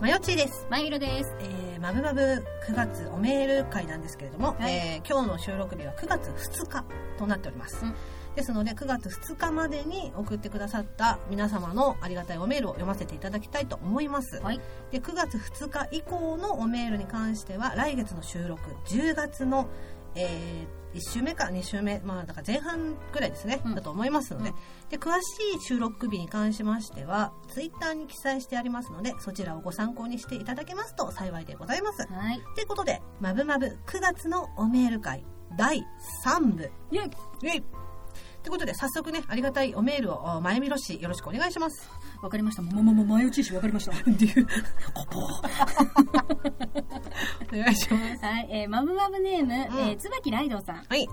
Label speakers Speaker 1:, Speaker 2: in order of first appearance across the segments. Speaker 1: まよっちーです。
Speaker 2: まゆるです。
Speaker 1: えー、まぶまぶ9月おメール会なんですけれども、
Speaker 2: はい
Speaker 1: えー今日の収録日は9月2日となっております。
Speaker 2: うん
Speaker 1: ですので、9月2日までに送ってくださった皆様のありがたいおメールを読ませていただきたいと思います。
Speaker 2: はい。
Speaker 1: で9月2日以降のおメールに関しては来月の収録10月の、え1週目か2週目、まあ、だから前半ぐらいですね、
Speaker 2: うん
Speaker 1: だと思いますので,、
Speaker 2: うん
Speaker 1: で詳しい収録日に関しましてはツイッターに記載してありますのでそちらをご参考にしていただけますと幸いでございます。
Speaker 2: はい。
Speaker 1: ということで「まぶまぶ9月のおメール会第3部」
Speaker 2: イェイ
Speaker 1: えいということで早速ねありがたいおメールをお前見ろしよろしくお願いします。
Speaker 2: わかりました。ま、ま、ま、前打ちしわかりま した。
Speaker 1: お願いします。
Speaker 2: はい。えー、マブマブネーム、
Speaker 1: うん
Speaker 2: えー、椿ライドウさん。
Speaker 1: はい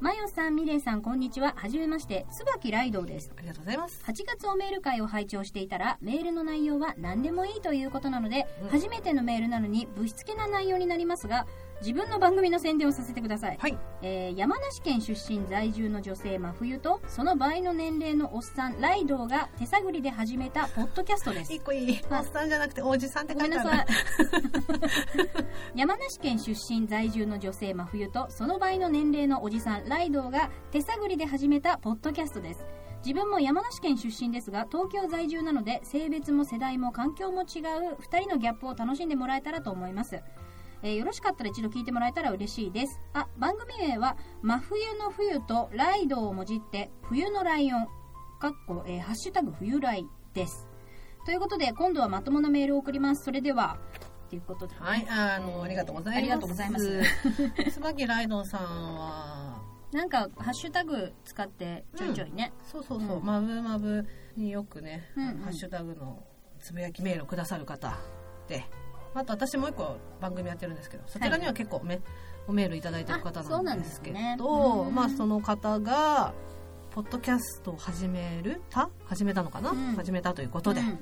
Speaker 2: まよさん、みれいさん、こんにちは。はじめまして、椿ライドウです。
Speaker 1: ありがとうございます。
Speaker 2: 8月おメール会を拝聴していたらメールの内容は何でもいいということなので、
Speaker 1: うん
Speaker 2: 初めてのメールなのにぶしつけな内容になりますが自分の番組の宣伝をさせてください、
Speaker 1: はい
Speaker 2: えー山梨県出身在住の女性真冬とその倍の年齢のおっさんライドウが手探りで始めたポッドキャストです
Speaker 1: 一個いい。お
Speaker 2: はい
Speaker 1: っさんじゃなくて、おじさんって
Speaker 2: ご
Speaker 1: 書
Speaker 2: め
Speaker 1: い
Speaker 2: ん
Speaker 1: て
Speaker 2: な
Speaker 1: ある。
Speaker 2: さい 山梨県出身在住の女性真冬とその倍の年齢のおじさんライドウが手探りで始めたポッドキャストです自分も山梨県出身ですが東京在住なので性別も世代も環境も違う2人のギャップを楽しんでもらえたらと思います、えーよろしかったら一度聞いてもらえたら嬉しいですあ番組名は「真冬の冬」と「ライド」をもじって「冬のライオン」かっこ、えーハッシュタグ冬ライ」ですということで今度はまともなメールを送りますそれではということで、
Speaker 1: はい、あの、ありがとうございます。
Speaker 2: ありがとうございます。
Speaker 1: 椿ライドンさんは、
Speaker 2: なんかハッシュタグ使ってちょいちょいね、
Speaker 1: そうそうそう、
Speaker 2: うん
Speaker 1: まぶまぶによくね、
Speaker 2: うんうん
Speaker 1: ハッシュタグのつぶやきメールをくださる方で、あと私もう一個番組やってるんですけど、そちらには結構ね、おメールいただいてる方
Speaker 2: あそ
Speaker 1: な
Speaker 2: うなんん
Speaker 1: で
Speaker 2: ですす
Speaker 1: けど、
Speaker 2: ねうん
Speaker 1: まあその方が、ポッドキャストを始めるた始めたのかな、
Speaker 2: うん
Speaker 1: 始めたということで、
Speaker 2: うん
Speaker 1: ま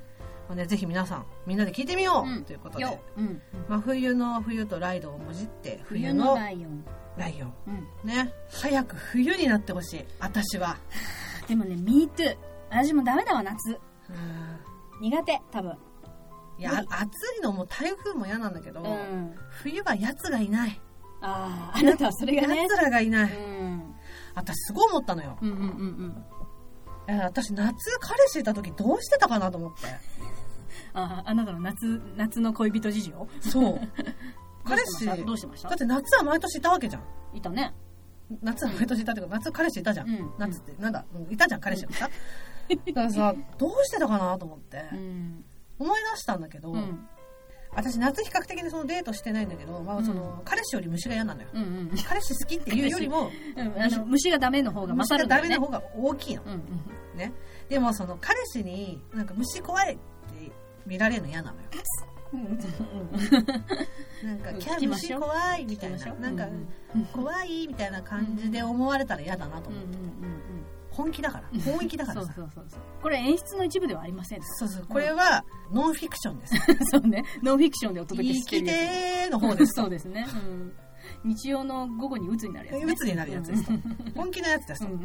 Speaker 1: あね、ぜひ皆さん、みんなで聞いてみよう、
Speaker 2: うん
Speaker 1: ということで
Speaker 2: よ、、うん、
Speaker 1: 真冬の冬とライドをもじって冬
Speaker 2: 冬の
Speaker 1: の
Speaker 2: ライオン、
Speaker 1: ライオン
Speaker 2: うん、
Speaker 1: ね早く冬になってほしい私は
Speaker 2: でもね「MeToo」私もダメだわ夏
Speaker 1: うん
Speaker 2: 苦手多分
Speaker 1: いやあ暑いのも台風も嫌なんだけど、
Speaker 2: うん
Speaker 1: 冬はやつがいない
Speaker 2: あああなたはそれ
Speaker 1: や
Speaker 2: がね
Speaker 1: つらがいない
Speaker 2: うん
Speaker 1: 私すごい思ったのよ
Speaker 2: うんうんうんうん
Speaker 1: え私夏彼氏いた時どうしてたかなと思って
Speaker 2: あああなたの夏夏の恋人事情
Speaker 1: そう彼
Speaker 2: どう
Speaker 1: 氏
Speaker 2: してましたど
Speaker 1: だ
Speaker 2: うしてました
Speaker 1: って夏は毎年いたわけじゃん
Speaker 2: いたね
Speaker 1: 夏は毎年いたってこと夏彼氏いたじゃん、
Speaker 2: うん
Speaker 1: 夏ってなんだうんいたじゃん彼氏がさ、だからさどうしてたかなと思って、
Speaker 2: うん
Speaker 1: 思い出したんだけど、
Speaker 2: うん
Speaker 1: 私夏比較的にそのデートしてないんだけど、まあその彼氏より虫が嫌なのよ
Speaker 2: うんうん
Speaker 1: 彼氏好きっていうよりも
Speaker 2: うんあの虫がダメの方が
Speaker 1: 虫
Speaker 2: 勝
Speaker 1: が
Speaker 2: るんだ
Speaker 1: ダ
Speaker 2: よ
Speaker 1: メ
Speaker 2: ね
Speaker 1: な方が大きいの
Speaker 2: うんうん
Speaker 1: ねでもその彼氏になんか虫怖いって見られるの嫌なのよなんか
Speaker 2: う
Speaker 1: 「
Speaker 2: ん
Speaker 1: キャ
Speaker 2: 聞
Speaker 1: ー
Speaker 2: きまし
Speaker 1: 虫
Speaker 2: ょう
Speaker 1: 怖い」みたい
Speaker 2: 聞きまし
Speaker 1: な
Speaker 2: ょう
Speaker 1: なんか
Speaker 2: うん
Speaker 1: 「怖い」みたいな感じで思われたら嫌だなと
Speaker 2: うんう
Speaker 1: 思う
Speaker 2: んうんうん
Speaker 1: 本気だから本気だか
Speaker 2: そ
Speaker 1: ら
Speaker 2: う
Speaker 1: さ
Speaker 2: そうそうそうこれ演出の一部ではありません
Speaker 1: そうそうこれはノンフィクションです
Speaker 2: そうねノンフィクションでお
Speaker 1: 生
Speaker 2: 届けして
Speaker 1: き
Speaker 2: るや
Speaker 1: てーの
Speaker 2: つ
Speaker 1: 方です
Speaker 2: そうですね、うん日曜の午後に鬱になるやつ、ね、
Speaker 1: 鬱になるやつです本気のやつです
Speaker 2: うんうんうん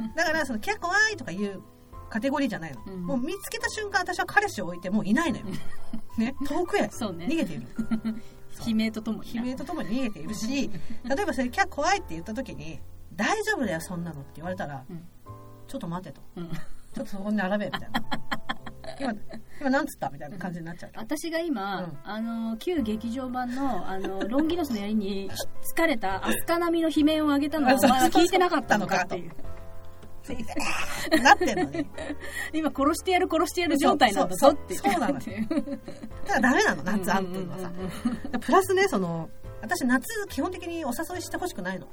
Speaker 2: うん
Speaker 1: だからその「キャー怖い」とかいうカテゴリーじゃないの、
Speaker 2: うん
Speaker 1: もう見つけた瞬間私は彼氏を置いてもういないのよ、ね、遠くへ
Speaker 2: そうね
Speaker 1: 逃げている
Speaker 2: 悲鳴とともに
Speaker 1: 悲鳴とともに逃げているし例えばそれ「キャー怖い」って言った時に「大丈夫だよそんなの」って言われたら「
Speaker 2: うん
Speaker 1: ちょっと待て」と
Speaker 2: うん
Speaker 1: 「ちょっとそこに並べ」みたいな「今今なんつった?」みたいな感じになっちゃう、
Speaker 2: 私が今、
Speaker 1: うん
Speaker 2: あの旧劇場版のあのロンギノスの槍に疲れた飛鳥並みの悲鳴を上げたのはお前は聞いてなかったのかっていう
Speaker 1: なってんのに
Speaker 2: 今殺してやる殺してやる状態なんだぞってい
Speaker 1: そうそうそうそうなのだか らダメなの夏あんっていうのはさ、プラスねその私夏基本的にお誘いしてほしくないの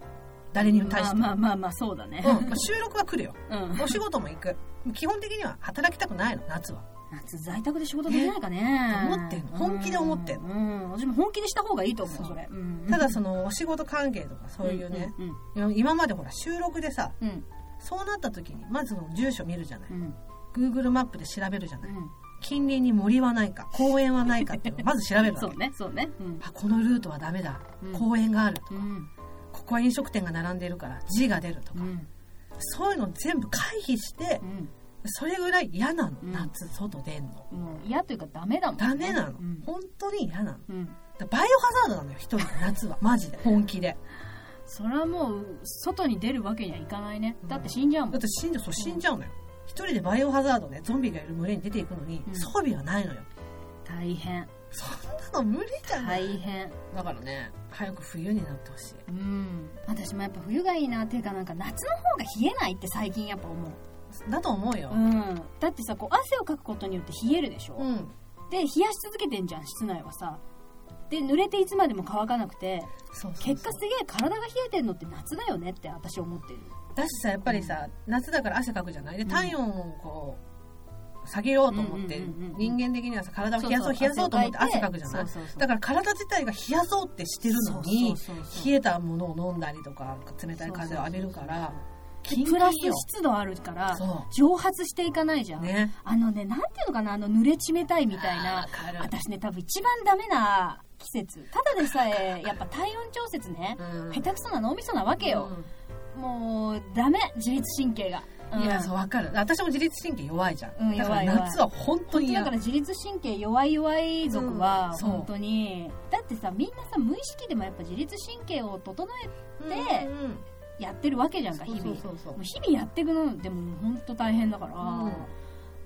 Speaker 1: 誰にも対して、
Speaker 2: まあまあまあまあそうだね、
Speaker 1: うんまあ収録は来るよ
Speaker 2: うん
Speaker 1: お仕事も行く基本的には働きたくないの夏は
Speaker 2: 夏在宅で仕事できないかね
Speaker 1: 思ってんの本気で思ってん
Speaker 2: のうん、うん私も本気でした方がいいと思う
Speaker 1: そう
Speaker 2: それ、うん
Speaker 1: ただそのお仕事関係とかそういうね、
Speaker 2: うん
Speaker 1: 今今までほら収録でさ
Speaker 2: うん
Speaker 1: そうなった時にまずその住所見るじゃない
Speaker 2: うん
Speaker 1: Google マップで調べるじゃな
Speaker 2: う
Speaker 1: い
Speaker 2: ん
Speaker 1: 近隣に森はないか公園はないかっていうのをまず調べるわけ
Speaker 2: そうねそうねうん
Speaker 1: あこのルートはダメだ、
Speaker 2: うん
Speaker 1: 公園があるとか、
Speaker 2: うん
Speaker 1: ここは飲食店が並んでいるから字が出ると
Speaker 2: う
Speaker 1: か、
Speaker 2: ん
Speaker 1: そういうのを全部回避して
Speaker 2: うん
Speaker 1: それぐらい嫌なの、
Speaker 2: うん
Speaker 1: 夏外出んの
Speaker 2: もう嫌というかダメだもんね
Speaker 1: ダメなの、
Speaker 2: うん
Speaker 1: 本当に嫌なの
Speaker 2: うん
Speaker 1: だバイオハザードなのよ一人で夏はマジで本気で
Speaker 2: それはもう外に出るわけにはいかないね
Speaker 1: うん
Speaker 2: だって死んじゃうもん
Speaker 1: だって死んじゃうそう死んじゃうのよ一人でバイオハザードねゾンビがいる群れに出ていくのに、
Speaker 2: うん
Speaker 1: 装備はないのよ
Speaker 2: 大変
Speaker 1: そんなの無理じゃない、
Speaker 2: 大変
Speaker 1: だからね早く冬になってほしい
Speaker 2: うん私もやっぱ冬がいいなっていうかなんか夏の方が冷えないって最近やっぱ思う
Speaker 1: だと思うよ
Speaker 2: うんだってさこう汗をかくことによって冷えるでしょ、
Speaker 1: うん、
Speaker 2: で冷やし続けてんじゃん室内はさで濡れていつまでも乾かなくて
Speaker 1: そうそうそう
Speaker 2: 結果すげえ体が冷えてんのって夏だよねって私思ってる
Speaker 1: だしさやっぱりさ夏だから汗かくじゃないで体温をこう下げようと思って、
Speaker 2: うんうんうんうん
Speaker 1: 人間的にはさ体を冷やそう冷やそうと思って汗かくじゃない
Speaker 2: そうそうそう
Speaker 1: だから体自体が冷やそうってしてるのに
Speaker 2: そうそうそうそ
Speaker 1: 冷
Speaker 2: う
Speaker 1: えたものを飲んだりとか冷たい風を浴びるから緊
Speaker 2: プラス
Speaker 1: 急よ
Speaker 2: 湿度あるから
Speaker 1: そ
Speaker 2: 蒸発していかないじゃん、
Speaker 1: ね
Speaker 2: あのねなんていうのかなあの濡れちめたいみたい
Speaker 1: あ
Speaker 2: な
Speaker 1: ーわかる
Speaker 2: 私ね多分一番ダメな季節ただでさえやっぱ体温調節ね、
Speaker 1: うん
Speaker 2: 下手くそな脳みそなわけよ、もうダメ自律神経が、
Speaker 1: うんいやそううわかる私も自律神経弱いじゃ
Speaker 2: うん
Speaker 1: ん、だから
Speaker 2: 弱い弱い
Speaker 1: 夏は本当
Speaker 2: 本
Speaker 1: に
Speaker 2: 当
Speaker 1: 嫌
Speaker 2: だから自律神経弱い弱い族は
Speaker 1: うんそう
Speaker 2: 本当に、だってさみんなさ無意識でもやっぱ自律神経を整で
Speaker 1: うんうん
Speaker 2: えやってるわけじゃんか
Speaker 1: そ
Speaker 2: 日
Speaker 1: うそう
Speaker 2: 々
Speaker 1: そうそう
Speaker 2: もう日々やっていくのでも本当大変だから、
Speaker 1: うん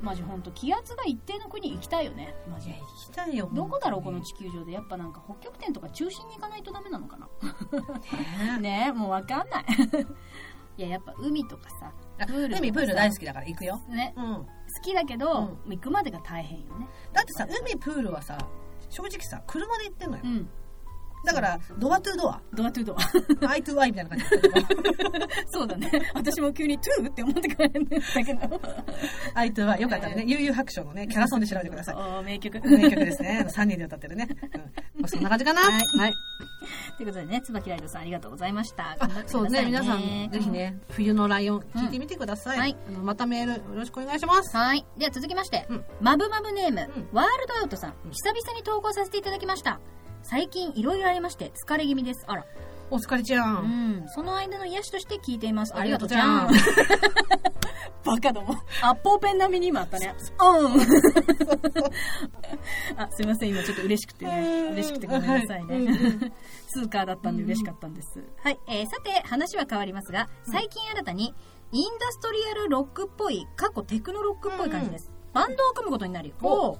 Speaker 2: マジ本当気圧が一定の国行きたいよねマジ
Speaker 1: いや行きたいよ
Speaker 2: どこだろうこの
Speaker 1: 本
Speaker 2: 地球上でやっぱなんか北極点とか中心に行かないとダメなのかな
Speaker 1: 当にね
Speaker 2: ねえもうわかんない いややっぱ海とかさ
Speaker 1: あ
Speaker 2: プールとかさ
Speaker 1: 海プール大好きだから行くよ、
Speaker 2: ね
Speaker 1: うん、
Speaker 2: 好きだけど、
Speaker 1: うん
Speaker 2: もう行くまでが大変よね
Speaker 1: だってさ海プールはさ正直さ車で行ってんのよ
Speaker 2: うん
Speaker 1: だからドアトゥ ドア
Speaker 2: ドアトゥドア
Speaker 1: アイトゥアイみたいな感じだけど
Speaker 2: そうだね私も急にトゥーって思ってからんだけど
Speaker 1: アイトゥアイよかったらね悠々白書のねキャラソンで調べてください
Speaker 2: おー名曲
Speaker 1: 名曲ですね3人で歌ってるね、うん、そんな感じかな
Speaker 2: はい
Speaker 1: はい、
Speaker 2: ということでね椿ライドさんありがとうございました
Speaker 1: あ
Speaker 2: 頑張ってください
Speaker 1: そうね皆さんぜひね「冬のライオン」聞いてみてください、
Speaker 2: うんはい
Speaker 1: あのまたメールよろしくお願いします
Speaker 2: はい。では続きまして、
Speaker 1: うん
Speaker 2: マブマブネーム、
Speaker 1: うん
Speaker 2: ワールドアウトさん
Speaker 1: う、ん
Speaker 2: 久々に投稿させていただきました。最近いろいろありまして、疲れ気味です。あら。
Speaker 1: お疲れちゃ、
Speaker 2: うんん。その間の癒しとして聞いています。ありがとうじ
Speaker 1: あり
Speaker 2: ゃ
Speaker 1: が
Speaker 2: ん
Speaker 1: とう。
Speaker 2: バカども。アポーペン並みに今あったね。うん。 あ、すいません。今ちょっと嬉しくてね。嬉しくてごめんなさい
Speaker 1: うん
Speaker 2: ね。通貨だったんで嬉しかったんです。はい、えーさて話は変わりますが、最近新たにインダストリアルロックっぽい、過去テクノロックっぽい感じです。バンドを組むことになり、
Speaker 1: お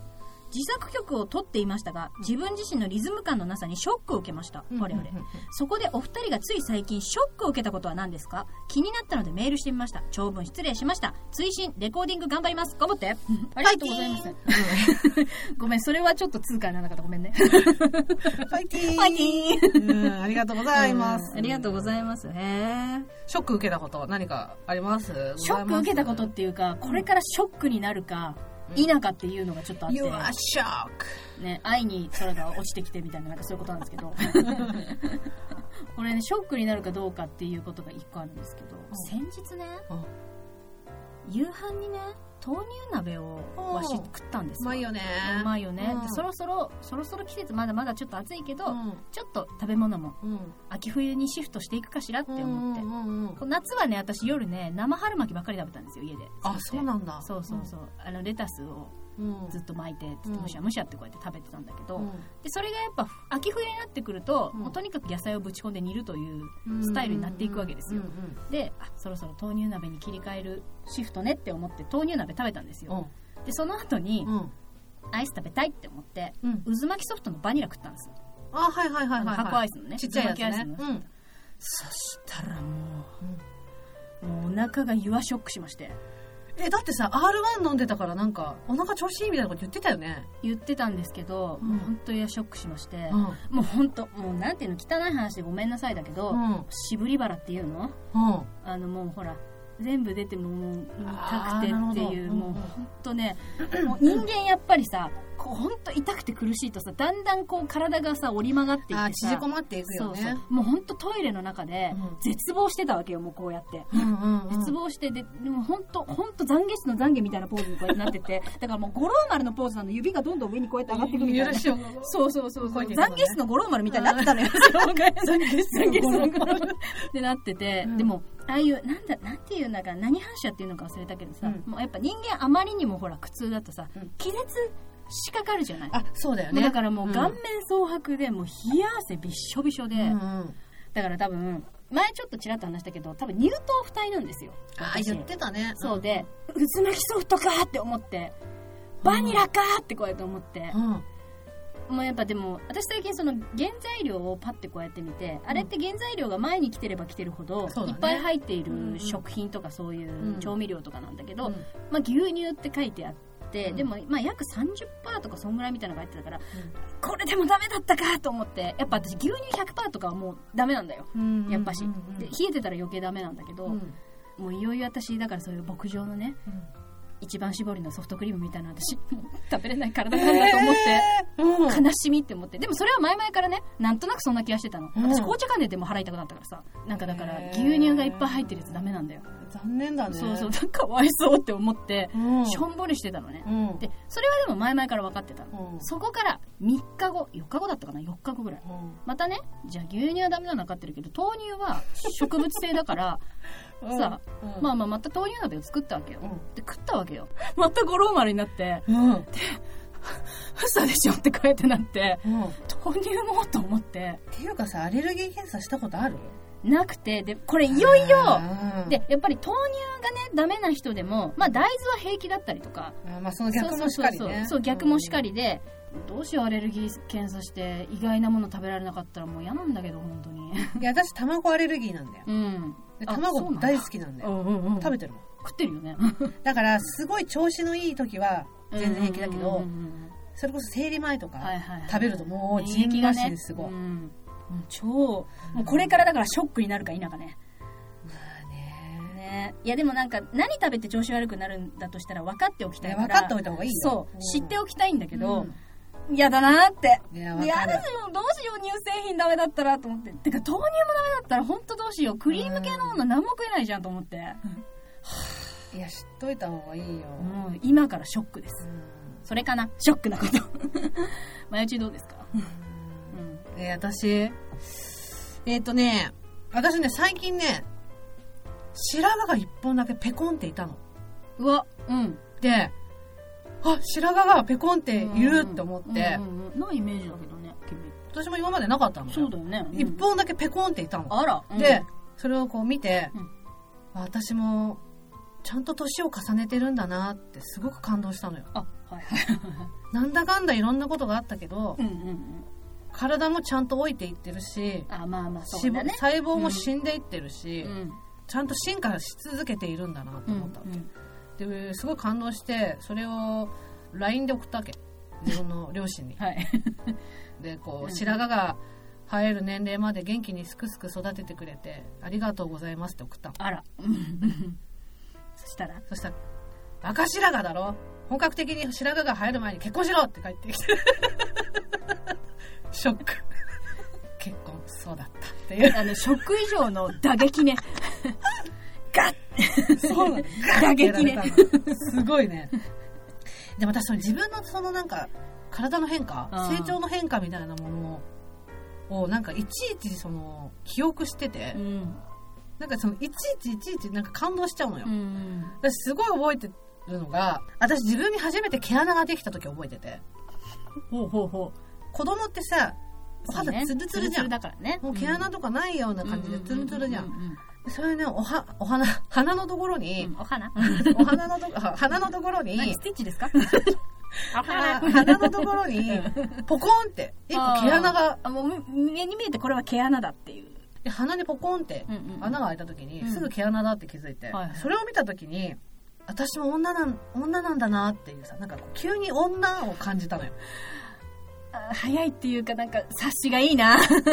Speaker 2: 自作曲を取っていましたが、自分自身のリズム感のなさにショックを受けました。
Speaker 1: うん
Speaker 2: 我々
Speaker 1: うんうんうん。
Speaker 2: そこでお二人がつい最近ショックを受けたことは何ですか気になったのでメールしてみました。長文失礼しました。追伸、レコーディング頑張ります。頑張って。 ありがとうございます。ごめん、それはちょっと通貨にならなかった。ごめんね。
Speaker 1: ファイティー
Speaker 2: ファイティー
Speaker 1: うんありがとうございます
Speaker 2: ありがとうございます。へえ。
Speaker 1: ショック受けたこと何かあります
Speaker 2: ショック受けたこ
Speaker 1: ご
Speaker 2: とっ
Speaker 1: ざい
Speaker 2: ていうか、これからショックになるか、否かっていうのがちょっとあっ
Speaker 1: ます
Speaker 2: て、
Speaker 1: You are shock
Speaker 2: ね、愛に空が落ちてきてみたいな、なんかそういうことなんですけ ど。これね、ショックになるかどうかっていうことが一個あるんですけど、
Speaker 1: ん
Speaker 2: 先日ね、
Speaker 1: あ
Speaker 2: 夕飯にね、豆乳鍋をわし食ったんで
Speaker 1: う
Speaker 2: すよ。
Speaker 1: まいよね
Speaker 2: うまいよね。
Speaker 1: うん
Speaker 2: でそろそろ、そろそろ季節、まだまだちょっと暑いけど、
Speaker 1: うん
Speaker 2: ちょっと食べ物も
Speaker 1: うん
Speaker 2: 秋冬にシフトしていくかしらって思って
Speaker 1: う。んうんうん
Speaker 2: こう夏はね私夜ね生春巻きばっかり食べたんですよ家で
Speaker 1: あそうなんだ
Speaker 2: そうそうそう、あのレタスを
Speaker 1: うん
Speaker 2: ずっと巻いてつって
Speaker 1: うん
Speaker 2: むしゃむしゃってこうやって食べてたんだけど、
Speaker 1: うん
Speaker 2: でそれがやっぱ秋冬になってくると、
Speaker 1: うん
Speaker 2: もうとにかく野菜をぶち込んで煮るという
Speaker 1: うん
Speaker 2: スタイルになっていくわけですよ
Speaker 1: うんうん
Speaker 2: であそろそろ豆乳鍋に切り替えるシフトねって思って豆乳鍋食べたんですよ、でその後に
Speaker 1: うん
Speaker 2: アイス食べたいって思って
Speaker 1: うん
Speaker 2: 渦巻きソフトのバニラ食ったんです
Speaker 1: あはいはいはいはい
Speaker 2: あの箱ア
Speaker 1: はい
Speaker 2: イスのね
Speaker 1: ちっちゃいやつ
Speaker 2: 渦
Speaker 1: ね
Speaker 2: 巻きアイスの
Speaker 1: うん
Speaker 2: そしたらもうもうお腹がユアショックしまして
Speaker 1: えだってさ R1 飲んでたからなんかお腹調子いいみたいなこと言ってたよね
Speaker 2: 言ってたんですけど、
Speaker 1: うん
Speaker 2: もう本当にショックしまして、
Speaker 1: うん
Speaker 2: もう本当もうなんていうの汚い話でごめんなさいだけど、
Speaker 1: うん
Speaker 2: 渋り腹っていうの
Speaker 1: うん
Speaker 2: あのもうほら全部出てももう
Speaker 1: あー
Speaker 2: 痛くてっていう
Speaker 1: なるほど
Speaker 2: も
Speaker 1: うん
Speaker 2: う
Speaker 1: うん
Speaker 2: 本当ね、もう人間やっぱりさこう本当痛くて苦しいとさだんだんこう体がさ折り曲がっていっ
Speaker 1: あ
Speaker 2: て
Speaker 1: 縮
Speaker 2: さ
Speaker 1: こまっていく
Speaker 2: そ
Speaker 1: よ
Speaker 2: う
Speaker 1: ね
Speaker 2: そうもう本当トイレの中で
Speaker 1: うん
Speaker 2: 絶望してたわけよもうこうやって。
Speaker 1: うんうんうん
Speaker 2: 絶望してででも本当本当懺悔室の懺悔みたいなポーズにこうやってなっててだからもう五郎丸のポーズなの指がどんどん上にこうやって上がっていくみたいな
Speaker 1: 許しを
Speaker 2: そうそうそうそ
Speaker 1: こ
Speaker 2: う
Speaker 1: ういう
Speaker 2: 懺
Speaker 1: のね
Speaker 2: 悔室の五郎丸みたいになっ てたのよ懺悔室の五郎丸ってなってて、
Speaker 1: うん
Speaker 2: でもああいうなんだなんていうんだか何反射っていうのか忘れたけどさ、
Speaker 1: うん
Speaker 2: もうやっぱ人間あまりにもほら苦痛だとさ、
Speaker 1: うん
Speaker 2: 気絶しかかるじゃない
Speaker 1: あそうだよ
Speaker 2: も
Speaker 1: ね
Speaker 2: うだからもう顔面
Speaker 1: ん
Speaker 2: 蒼白でもう冷や汗びっしょびしょで、
Speaker 1: うんうん
Speaker 2: だから多分前ちょっとちらっと話したけど多分乳頭不体なんですよ
Speaker 1: あ
Speaker 2: 私
Speaker 1: 言ってたね
Speaker 2: そうで、渦巻きソフトかーって思ってバニラかーってこうやって思って
Speaker 1: う、ん
Speaker 2: もうやっぱでも私最近その原材料をパッてこうやって見て、あれって原材料が前に来てれば来てるほど、
Speaker 1: そうだ
Speaker 2: い
Speaker 1: ね
Speaker 2: っぱい入ってい
Speaker 1: うんうん
Speaker 2: る食品とかそういうんう調味料とかなんだけど、
Speaker 1: うん
Speaker 2: まあ、牛乳って書いてあって、
Speaker 1: うん
Speaker 2: でもまあ約30%とかそんぐらいみたいなのが入ってたから、これでもダメだったかーと思ってやっぱ私牛乳100%とかはもうダメなんだよ
Speaker 1: うん
Speaker 2: やっぱし、
Speaker 1: うんうん
Speaker 2: で冷えてたら余計ダメなんだけど、
Speaker 1: うん
Speaker 2: もういよいよ私だからそういう牧場のね一番搾りのソフトクリームみたいな私もう食べれない体なんだと思って、
Speaker 1: うん
Speaker 2: 悲しみって思ってでもそれは前々からねなんとなくそんな気がしてたの、
Speaker 1: うん
Speaker 2: 私紅茶金でも払いたくなったからさなんかだから
Speaker 1: へー
Speaker 2: 牛乳がいっぱい入ってるやつダメなんだよ、
Speaker 1: 残念だね
Speaker 2: そうそうなんかかわいそうって思って、
Speaker 1: うん
Speaker 2: しょんぼりしてたのね、
Speaker 1: うん
Speaker 2: でそれはでも前々から分かってたの、
Speaker 1: うん
Speaker 2: そこから3日後4日後だったかな4日後ぐらいまたねじゃあ牛乳はダメなの分かってるけど豆乳は植物性だから
Speaker 1: うん
Speaker 2: さ
Speaker 1: うん
Speaker 2: まあまあまた豆乳鍋を作ったわけよ、
Speaker 1: うん
Speaker 2: で食ったわけよまた五郎丸になって
Speaker 1: うんうん
Speaker 2: 嘘でしょってこうやってなって
Speaker 1: っ
Speaker 2: 豆乳もと思って
Speaker 1: ていうかさアレルギー検査したことある
Speaker 2: なくてでこれいよいよ
Speaker 1: うん
Speaker 2: でやっぱり豆乳がねダメな人でも、まあ、大豆は平気だったりとか
Speaker 1: あまあその逆もしかり
Speaker 2: そうそうそう
Speaker 1: ね
Speaker 2: そう逆もしかりで、どうしようアレルギー検査して意外なもの食べられなかったらもう嫌なんだけど本当に
Speaker 1: うんいや私卵アレルギーなんだよ
Speaker 2: うん
Speaker 1: で
Speaker 2: あそう
Speaker 1: 卵
Speaker 2: なんだ
Speaker 1: 大好きなんだよ
Speaker 2: んうんうん
Speaker 1: 食べてるもん
Speaker 2: 食ってるよね
Speaker 1: だからすごい調子のいい時は 全然平気だけ
Speaker 2: うんう
Speaker 1: ど
Speaker 2: んうん
Speaker 1: それこそ生理前とか
Speaker 2: はいはいはい
Speaker 1: 食べるともう
Speaker 2: 免
Speaker 1: 人
Speaker 2: 疫
Speaker 1: が
Speaker 2: が
Speaker 1: し
Speaker 2: ね
Speaker 1: にすごい
Speaker 2: うんもう超もうこれからだからショックになるか否かね
Speaker 1: まあね
Speaker 2: ねいやでもなんか何食べて調子悪くなるんだとしたら分かっておきたい
Speaker 1: ね
Speaker 2: から
Speaker 1: 分かっておいた方がいいよ
Speaker 2: そう、
Speaker 1: うん
Speaker 2: 知っておきたいんだけど、
Speaker 1: うん
Speaker 2: 嫌だなーって
Speaker 1: いや
Speaker 2: い
Speaker 1: 分
Speaker 2: や
Speaker 1: かる
Speaker 2: ですよどうしよう乳製品ダメだったらと思っててか豆乳もダメだったら本当どうしようクリーム系のもの何も食えないじゃんと思って、
Speaker 1: いや知っといた方がいいよ
Speaker 2: もう今からショックですそれかなショックなこと 前打ちどうですか、うん、
Speaker 1: うんえー私えーっとね私ね最近ね白髪が一本だけペコンっていたの
Speaker 2: うわうん
Speaker 1: であ白髪がペコンっているって思って、
Speaker 2: うんうんうんないイメージだけどね君
Speaker 1: 私も今までなかったのよ
Speaker 2: そうだよね、うん
Speaker 1: 一本だけペコンっていたの、
Speaker 2: あら、うん
Speaker 1: でそれをこう見て、
Speaker 2: うん
Speaker 1: あ私もちゃんと年を重ねてるんだなってすごく感動したのよ
Speaker 2: あはいはい
Speaker 1: なんだかんだいろんなことがあったけど
Speaker 2: うんうんうん
Speaker 1: 体もちゃんと老いていってるし
Speaker 2: あまあまあそう
Speaker 1: 脂
Speaker 2: だ
Speaker 1: 肪
Speaker 2: ね
Speaker 1: 細胞も死んでいってるし、
Speaker 2: うん
Speaker 1: ちゃんと進化し続けているんだなと思ったわけ、ですごい感動してそれを LINE で送ったわけ自分の両親に
Speaker 2: はい
Speaker 1: で
Speaker 2: う
Speaker 1: こ
Speaker 2: ん
Speaker 1: う白髪が生える年齢まで元気にすくすく育ててくれてありがとうございますって送ったの
Speaker 2: あらうん そしたら
Speaker 1: そしたら「バカ白髪だろ本格的に白髪が生える前に結婚しろ!」って帰ってきて ショック結婚そうだったっていう
Speaker 2: あの食以上の打撃ねガッ
Speaker 1: そうなの
Speaker 2: 打撃ね
Speaker 1: やられたのすごいねでも私その自分のそのなんか体の変化
Speaker 2: うん
Speaker 1: 成長の変化みたいなものをなんかいちいちその記憶してて、
Speaker 2: うん
Speaker 1: なんかそのいちいちいちいちなんか感動しちゃうのよ、
Speaker 2: うん
Speaker 1: 私すごい覚えてるのが私自分に初めて毛穴ができた時覚えてて
Speaker 2: ほうほうほ
Speaker 1: 子供ってさ
Speaker 2: う
Speaker 1: お肌ツルツルじゃん、
Speaker 2: だからね
Speaker 1: もう毛穴
Speaker 2: の
Speaker 1: とかないような感じでツルツルじゃん,、
Speaker 2: うう
Speaker 1: それねおはお花鼻のところ
Speaker 2: うん
Speaker 1: に、
Speaker 2: うんお花
Speaker 1: お花のとこは鼻のところに
Speaker 2: 何スティッチですか お
Speaker 1: 鼻
Speaker 2: 花
Speaker 1: 鼻のところにポコンって一個毛穴が
Speaker 2: あもうむ目に見えてこれは毛穴だっていう
Speaker 1: で鼻にポコンって
Speaker 2: うんうんうん
Speaker 1: 穴が開いた時
Speaker 2: う
Speaker 1: に
Speaker 2: ん
Speaker 1: すぐ毛穴だって気づいて、
Speaker 2: はいはい
Speaker 1: それを見た時に私 も女なん女なんだなっていうさなんかこう急に女を感じたのよ
Speaker 2: 早いっていうかなんか察しがいいな
Speaker 1: なんか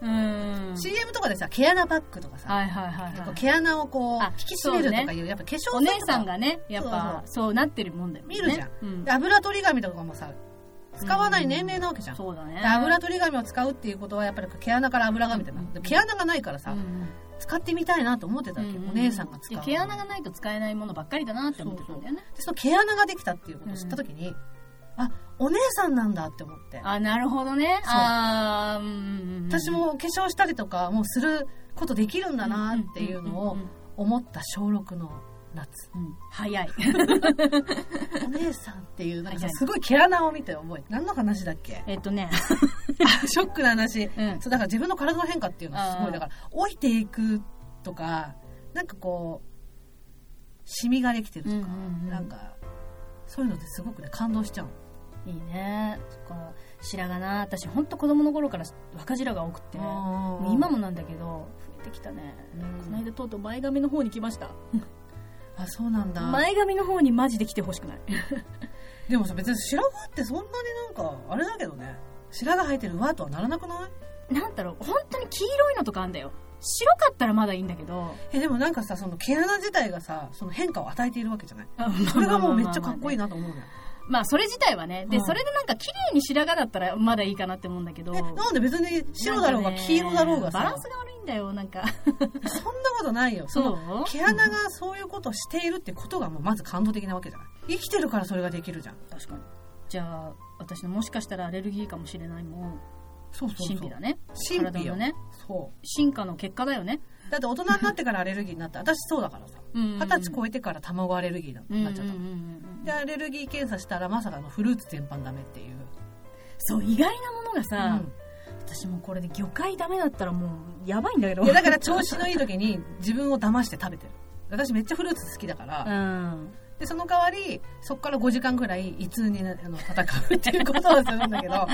Speaker 2: うん
Speaker 1: CM とかでさ毛穴バッグとかさ、
Speaker 2: はいはいはい、
Speaker 1: こ
Speaker 2: は
Speaker 1: う
Speaker 2: い、
Speaker 1: 毛穴をこう
Speaker 2: あ
Speaker 1: 引き締めるとかいうやっぱ化粧水とか
Speaker 2: お姉さんがねやっ
Speaker 1: そう
Speaker 2: ぱそうなってるもんだよね
Speaker 1: 見るじゃん
Speaker 2: うん
Speaker 1: で、油取り紙とかもさ使わない年齢なわけじゃん、
Speaker 2: そうだね
Speaker 1: で油取り紙を使うっていうことはやっぱり毛穴から油がみたいな、
Speaker 2: うん
Speaker 1: で毛穴がないからさ、
Speaker 2: うんうん
Speaker 1: 使ってみたいなと思ってたわけ、
Speaker 2: うう
Speaker 1: お姉さんが使う
Speaker 2: で毛穴がないと使えないものばっかりだなって思ってたんだよね
Speaker 1: でその毛穴ができたっていうことを知った時に、あお姉さんなんだって思って
Speaker 2: あなるほどね
Speaker 1: そう
Speaker 2: あーうんうんうん
Speaker 1: 私も化粧したりとかもうすることできるんだなっていうのを
Speaker 2: んんん
Speaker 1: 思った小6の 夏
Speaker 2: うんうん早い
Speaker 1: お姉さんっていうなんか
Speaker 2: はいは
Speaker 1: さ
Speaker 2: い
Speaker 1: すごい毛穴を見て覚えて何の話だっ け
Speaker 2: えっとね
Speaker 1: あショックな話
Speaker 2: う ん
Speaker 1: そうだから自分の体の変化っていうのはすご
Speaker 2: あ
Speaker 1: い
Speaker 2: ー
Speaker 1: だから老いていくとかなんかこうシミができてるとか、
Speaker 2: うんうんうん
Speaker 1: なんかそういうのですごくね感動しちゃうの
Speaker 2: いいねこの白髪な私ほんと子供の頃から若白髪多くても
Speaker 1: あ
Speaker 2: う
Speaker 1: ー
Speaker 2: 今もなんだけど増えてきたね
Speaker 1: うん
Speaker 2: この間とうとう前髪の方に来ました
Speaker 1: あそうなんだ
Speaker 2: 前髪の方にマジで来てほしくない
Speaker 1: でもさ別に白髪ってそんなになんかあれだけどね白髪生えてるわとはならなくない
Speaker 2: なんだろう本当に黄色いのとかあんだよ白かったらまだいいんだけど
Speaker 1: えでもなんかさその毛穴自体がさその変化を与えているわけじゃないそれがもうめっちゃかっこいい
Speaker 2: な
Speaker 1: なと思うのよ
Speaker 2: まあそれ自体はねで、
Speaker 1: うん
Speaker 2: それでなんか綺麗に白髪だったらまだいいかなって思うんだけど
Speaker 1: えなんで別に白だろうが
Speaker 2: なんかね
Speaker 1: 黄色だろうがさ
Speaker 2: バランスが悪いんだよなんか
Speaker 1: そんなことないよその
Speaker 2: う
Speaker 1: 毛穴がそういうことをしているってことがもうまず感動的なわけじゃない生きてるからそれができるじゃん
Speaker 2: 確かに じゃあ私のもしかしたらアレルギーかもしれないもん
Speaker 1: そうそうそう
Speaker 2: 神秘だね
Speaker 1: 神
Speaker 2: 体
Speaker 1: 秘よ
Speaker 2: のね
Speaker 1: そ
Speaker 2: 進化の結果だよね
Speaker 1: うだって大人になってからアレルギーになった私そうだからさ
Speaker 2: 二
Speaker 1: 二十歳超えてから卵アレルギーだ
Speaker 2: うんうん
Speaker 1: なっちゃった
Speaker 2: うんうんうん
Speaker 1: でアレルギー検査したらまさかのフルーツ全般ダメっていう
Speaker 2: そう意外なものがさ、
Speaker 1: うん
Speaker 2: 私もうこれで魚介ダメだったらもうやばいんだけど
Speaker 1: いやだから調子のいい時に 自分を騙して食べてる私めっちゃフルーツ好きだから、
Speaker 2: うん
Speaker 1: でその代わりそこから5時間くらい胃痛になあの戦うっていうことをするんだけ ど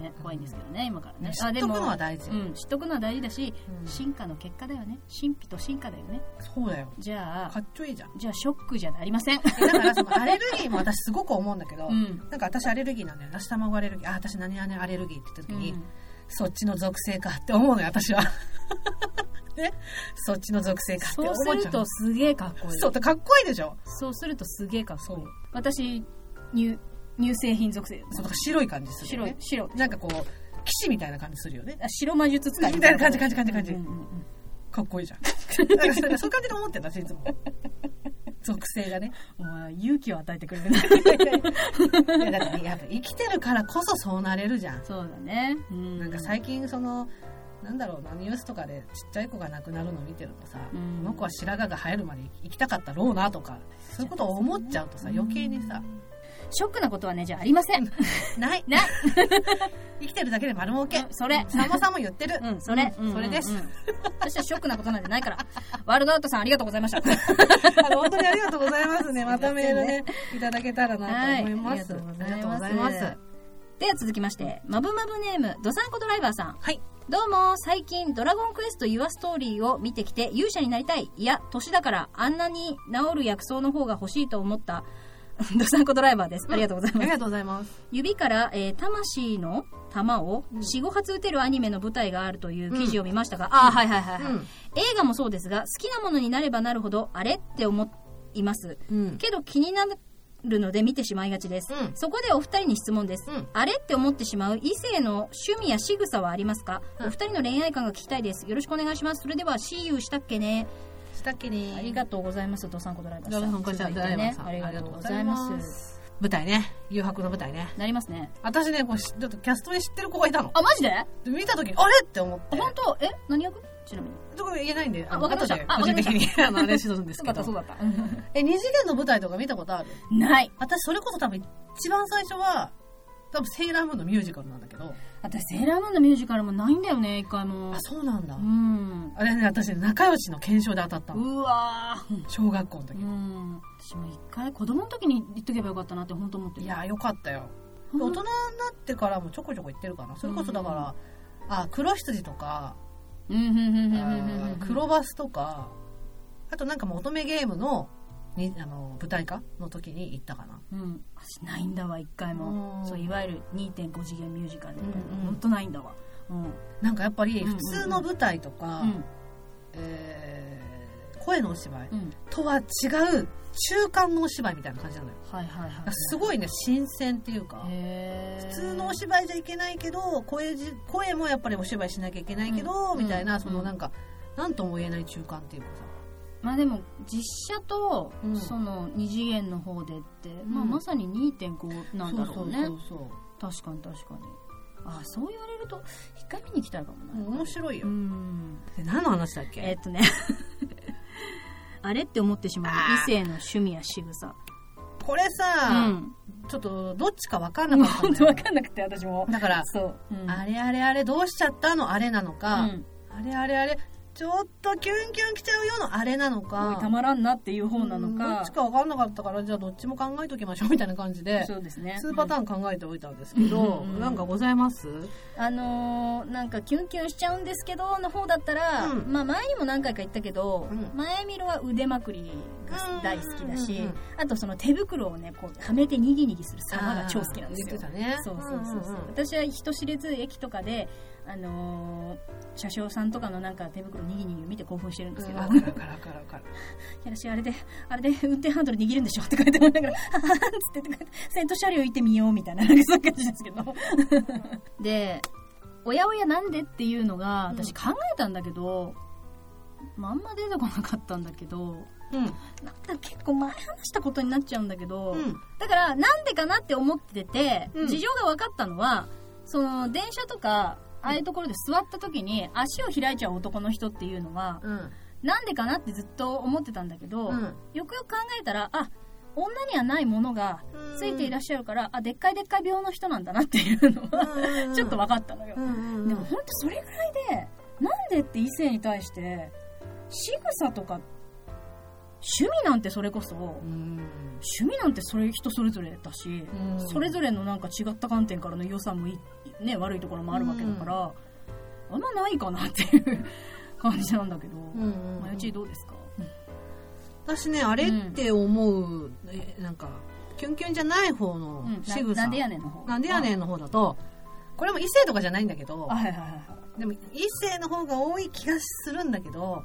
Speaker 2: ね怖いんですけどね今からね
Speaker 1: 知っとくのは大事、
Speaker 2: うん、知っとくのは大事だし、
Speaker 1: うん
Speaker 2: 進化の結果だよね神秘と進化だよね
Speaker 1: そうだよ
Speaker 2: じゃ
Speaker 1: か
Speaker 2: あ
Speaker 1: っちょいいじゃん
Speaker 2: じゃあショックじゃありません
Speaker 1: だから そのアレルギーも私すごく思うんだけど、
Speaker 2: うん
Speaker 1: なんか私アレルギーなんだよ私卵アレルギーあ私何々アレルギーって言った時に、
Speaker 2: うん
Speaker 1: そっちの属性かって思うのよ私は ねそっちの属性かって
Speaker 2: そ
Speaker 1: 思
Speaker 2: う
Speaker 1: っ
Speaker 2: す
Speaker 1: ち
Speaker 2: る
Speaker 1: ゃう
Speaker 2: とすげえかっこいい
Speaker 1: そうかっこいいでしょ
Speaker 2: そうするとすげえかっこいい
Speaker 1: そう
Speaker 2: 私乳乳製品属性
Speaker 1: そうだから白い感じするよ
Speaker 2: 白い
Speaker 1: ね
Speaker 2: 白
Speaker 1: なんかこう騎士みたいな感じするよね
Speaker 2: あ白魔術使い
Speaker 1: みたいな感じ感じ感じ感じ
Speaker 2: うんうんうん
Speaker 1: かっこいいじゃ んなんかそうそういう感じで思ってんだ私いつも属性がね
Speaker 2: お前勇気を与えてくれるね
Speaker 1: いやだってねやっぱ生きてるからこそそうなれるじゃん
Speaker 2: そうだね、うん、
Speaker 1: なんか最近そのなんだろうなニュースとかでちっちゃい子が亡くなるの見てるとさ、
Speaker 2: うん
Speaker 1: この子は白髪が生えるまで生きたかったろうなとかそういうことを思っちゃうとさ余計にさ
Speaker 2: ショックなことはねじゃああり ません
Speaker 1: ない
Speaker 2: ない
Speaker 1: 生きてるだけで丸儲け
Speaker 2: うんそれ
Speaker 1: さんまさんも言ってる、
Speaker 2: うんそれ、
Speaker 1: それです、
Speaker 2: うんうん 私はショックなことなんてないからワールドアウトさんありがとうございました
Speaker 1: あの本当にありがとうございますねまたメールねいただけたらなと思います、
Speaker 2: はい
Speaker 1: ありがとうございます
Speaker 2: では続きましてまぶまぶネームドサンコドライバーさん
Speaker 1: はい
Speaker 2: どうも最近「ドラゴンクエストユアストーリーを見てきて勇者になりたいいや年だからあんなに治る薬草の方が欲しいと思った ドサンコドライバーですありがとうござい
Speaker 1: あ
Speaker 2: ます
Speaker 1: りがとうございます
Speaker 2: 指から、えー魂の弾を45発撃てるアニメの舞台があるという記事を見ましたが、ああはいはいはい、はい
Speaker 1: うん
Speaker 2: 映画もそうですが好きなものになればなるほどあれって思います
Speaker 1: うん
Speaker 2: けど気になるので見てしまいがちです、
Speaker 1: うん
Speaker 2: そこでお二人に質問です、
Speaker 1: うん
Speaker 2: あれって思ってしまう異性の趣味や仕草はありますか、
Speaker 1: うん
Speaker 2: お二人の恋愛観が聞きたいですよろしくお願いしますそれでは See you したっけね、
Speaker 1: したっけに
Speaker 2: ありがとうございますドサンコドライバー
Speaker 1: ドラ
Speaker 2: さ
Speaker 1: ゴ
Speaker 2: ん
Speaker 1: ンクエスト
Speaker 2: 続い
Speaker 1: ド
Speaker 2: て
Speaker 1: ライバー
Speaker 2: ね
Speaker 1: さん
Speaker 2: ありがとうござい
Speaker 1: ありがとうござい
Speaker 2: ま
Speaker 1: ます舞台ね誘白の舞台ね
Speaker 2: なりますね
Speaker 1: 私ねこうしちょっとキャストに知ってる子がいたの
Speaker 2: あマジであ
Speaker 1: で見た時にあれって思って
Speaker 2: 本当え何役ちなみに
Speaker 1: とこ言えないんで
Speaker 2: あわかりました
Speaker 1: 後で
Speaker 2: あわ
Speaker 1: 個
Speaker 2: かり
Speaker 1: 人
Speaker 2: まし
Speaker 1: 的
Speaker 2: た
Speaker 1: に あのあれするんです
Speaker 2: そう
Speaker 1: け
Speaker 2: だった
Speaker 1: ど
Speaker 2: そうだった
Speaker 1: え二次元の舞台とか見たことある
Speaker 2: ない
Speaker 1: 私それこそ多分一番最初は多分セーラームーンのミュージカルなんだけど
Speaker 2: 私セーラームーンのミュージカルもないんだよね一回も
Speaker 1: あそうなんだ
Speaker 2: うん
Speaker 1: あれね私ね仲良しの検証で当たったの
Speaker 2: うわー
Speaker 1: 小学校の
Speaker 2: う
Speaker 1: 時
Speaker 2: ん私も一回子供の時に言っとけばよかったなって本当思ってる
Speaker 1: いやーよかったよ
Speaker 2: う
Speaker 1: 大
Speaker 2: ん
Speaker 1: 人になってからもちょこちょこ行ってるかなそれこそだからあ黒羊とか
Speaker 2: うんうんうんうんうんうん
Speaker 1: あークロバスとかあとなんかもう乙女ゲームのにあの舞台化の時に行ったかな
Speaker 2: うん、私ないんだわ一回
Speaker 1: う
Speaker 2: も
Speaker 1: ん
Speaker 2: そういわゆる2.5次元ミュージカルみたいな
Speaker 1: うんうん
Speaker 2: 本当ないんだわうん、
Speaker 1: なんかやっぱり
Speaker 2: うんうんうん
Speaker 1: 普通の舞台とか、
Speaker 2: うん
Speaker 1: えー声のお芝居
Speaker 2: うん、
Speaker 1: とは違う中間のお芝居みたいな感じなのよ
Speaker 2: はいはいは
Speaker 1: だか
Speaker 2: い
Speaker 1: らすごいね新鮮っていうか
Speaker 2: へー
Speaker 1: 普通のお芝居じゃいけないけど声じ声もやっぱりお芝居しなきゃいけないけど、
Speaker 2: うん
Speaker 1: みたいな、
Speaker 2: うん
Speaker 1: そのなんか何とも言えない中間っていうかさ
Speaker 2: まあでも実写と
Speaker 1: うん
Speaker 2: その二次元の方でって、
Speaker 1: ん
Speaker 2: まあ、まさに2.5なんだろうね
Speaker 1: そうそうそう
Speaker 2: 確かに確かにあそう言われると一回見に行きたいかも
Speaker 1: そう
Speaker 2: な
Speaker 1: 面白いよ、
Speaker 2: うん
Speaker 1: で何の話だっけ、
Speaker 2: えっとね あれって思ってしまう異性の趣味や仕草
Speaker 1: これ
Speaker 2: う
Speaker 1: さ、
Speaker 2: ん
Speaker 1: ちょっとどっちか分かんな
Speaker 2: もう
Speaker 1: かった
Speaker 2: 本
Speaker 1: ん
Speaker 2: 当
Speaker 1: だよ
Speaker 2: 分かんなくて私も
Speaker 1: だから、
Speaker 2: そう、うん
Speaker 1: あれあれあれどうしちゃったのあれなのか、
Speaker 2: うん
Speaker 1: あれあれあれちょっとキュンキュンきちゃうようなあれなの
Speaker 2: お
Speaker 1: か
Speaker 2: いたまらんなっていう方なの
Speaker 1: うんど
Speaker 2: か
Speaker 1: っちか分かんなかったからじゃあどっちも考えときましょうみたいな感じで
Speaker 2: そうですね
Speaker 1: 数パタ
Speaker 2: ーン、
Speaker 1: ーン考えておいたんですけど、
Speaker 2: うん
Speaker 1: なんかございます
Speaker 2: あのーなんかキュンキュンしちゃうんですけどの方だったら、
Speaker 1: うん
Speaker 2: まあ前にも何回か言ったけど、
Speaker 1: うん
Speaker 2: 前見ろは腕まくりが大好きだし、
Speaker 1: うんうんうんうん
Speaker 2: あとその手袋をねこうはめてにぎにぎする様が超好きなんですよ
Speaker 1: あー言ってたね
Speaker 2: そうそうそうそう、
Speaker 1: んんん
Speaker 2: 私は人知れず駅とかであのー車掌さんとかのなんか手袋にぎにぎ見て興奮してるんですけど、
Speaker 1: わ
Speaker 2: い
Speaker 1: かるわかるわかるわかる
Speaker 2: や私あれであれで運転ハンドル握るんでしょって 書いてあるんだから「あははん」つってこうやって先頭車両行ってみようみたいななんかそういう感じですけど で「おやおやなんで?」っていうのが
Speaker 1: うん
Speaker 2: 私考えたんだけど、まああんま出てこなかったんだけどなんだ結構前話したことになっちゃうんだけど、
Speaker 1: うん
Speaker 2: だからなんでかなって思ってて、
Speaker 1: うん
Speaker 2: 事情が分かったのはその電車とかああいうところで座った時に足を開いちゃう男の人っていうのは
Speaker 1: うん
Speaker 2: なんでかなってずっと思ってたんだけど、
Speaker 1: うん
Speaker 2: よくよく考えたらあ女にはないものが
Speaker 1: うん
Speaker 2: ついていらっしゃるから、あでっかいでっかい病の人なんだなっていうのは、
Speaker 1: うん
Speaker 2: ちょっと分かったのよ、
Speaker 1: うんうんうん
Speaker 2: でも本当それぐらいでなんでって異性に対して仕草とか趣味なんてそれこそ、
Speaker 1: うん
Speaker 2: 趣味なんてそれ人それぞれだし、
Speaker 1: うん
Speaker 2: それぞれのなんか違った観点からの良さもいい、ね、悪いところもあるわけだから、あんまないかなっていう感じなんだけど、
Speaker 1: うんうんうん
Speaker 2: まゆちどうですか、
Speaker 1: 私ねあれって思う、えなんかキュンキュンじゃない方の
Speaker 2: うん
Speaker 1: 仕草
Speaker 2: ななんでやねんの方
Speaker 1: なんでやねんの方だとこれも異性とかじゃないんだけど
Speaker 2: あはいはいはいはい
Speaker 1: でも異性の方が多い気がするんだけど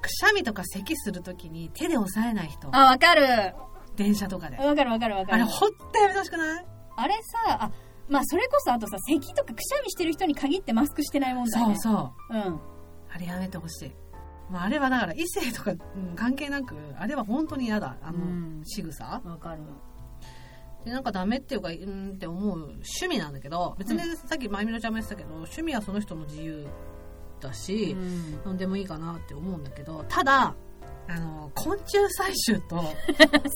Speaker 1: くしゃみとか咳するときに手で押さえない人
Speaker 2: あわかる
Speaker 1: 電車とかで
Speaker 2: わかるわかるわか
Speaker 1: あ
Speaker 2: る
Speaker 1: れほんとやめてほしくない
Speaker 2: あれさあまあそれこそあとさ咳とかくしゃみしてる人に限ってマスクしてない問題
Speaker 1: そう
Speaker 2: ねう
Speaker 1: そう
Speaker 2: うん
Speaker 1: あれやめてほしい、まあ、あれはだから異性とか、うん関係なくあれは本当に嫌だあの
Speaker 2: うん
Speaker 1: 仕草、
Speaker 2: わかる
Speaker 1: でなんかダメっていうかうーんって思う趣味なんだけど別にさっきまゆみのちゃんも言ってたけど、趣味はその人の自由だし、
Speaker 2: ん
Speaker 1: 何でもいいかなって思うんだけどただあの昆虫採集と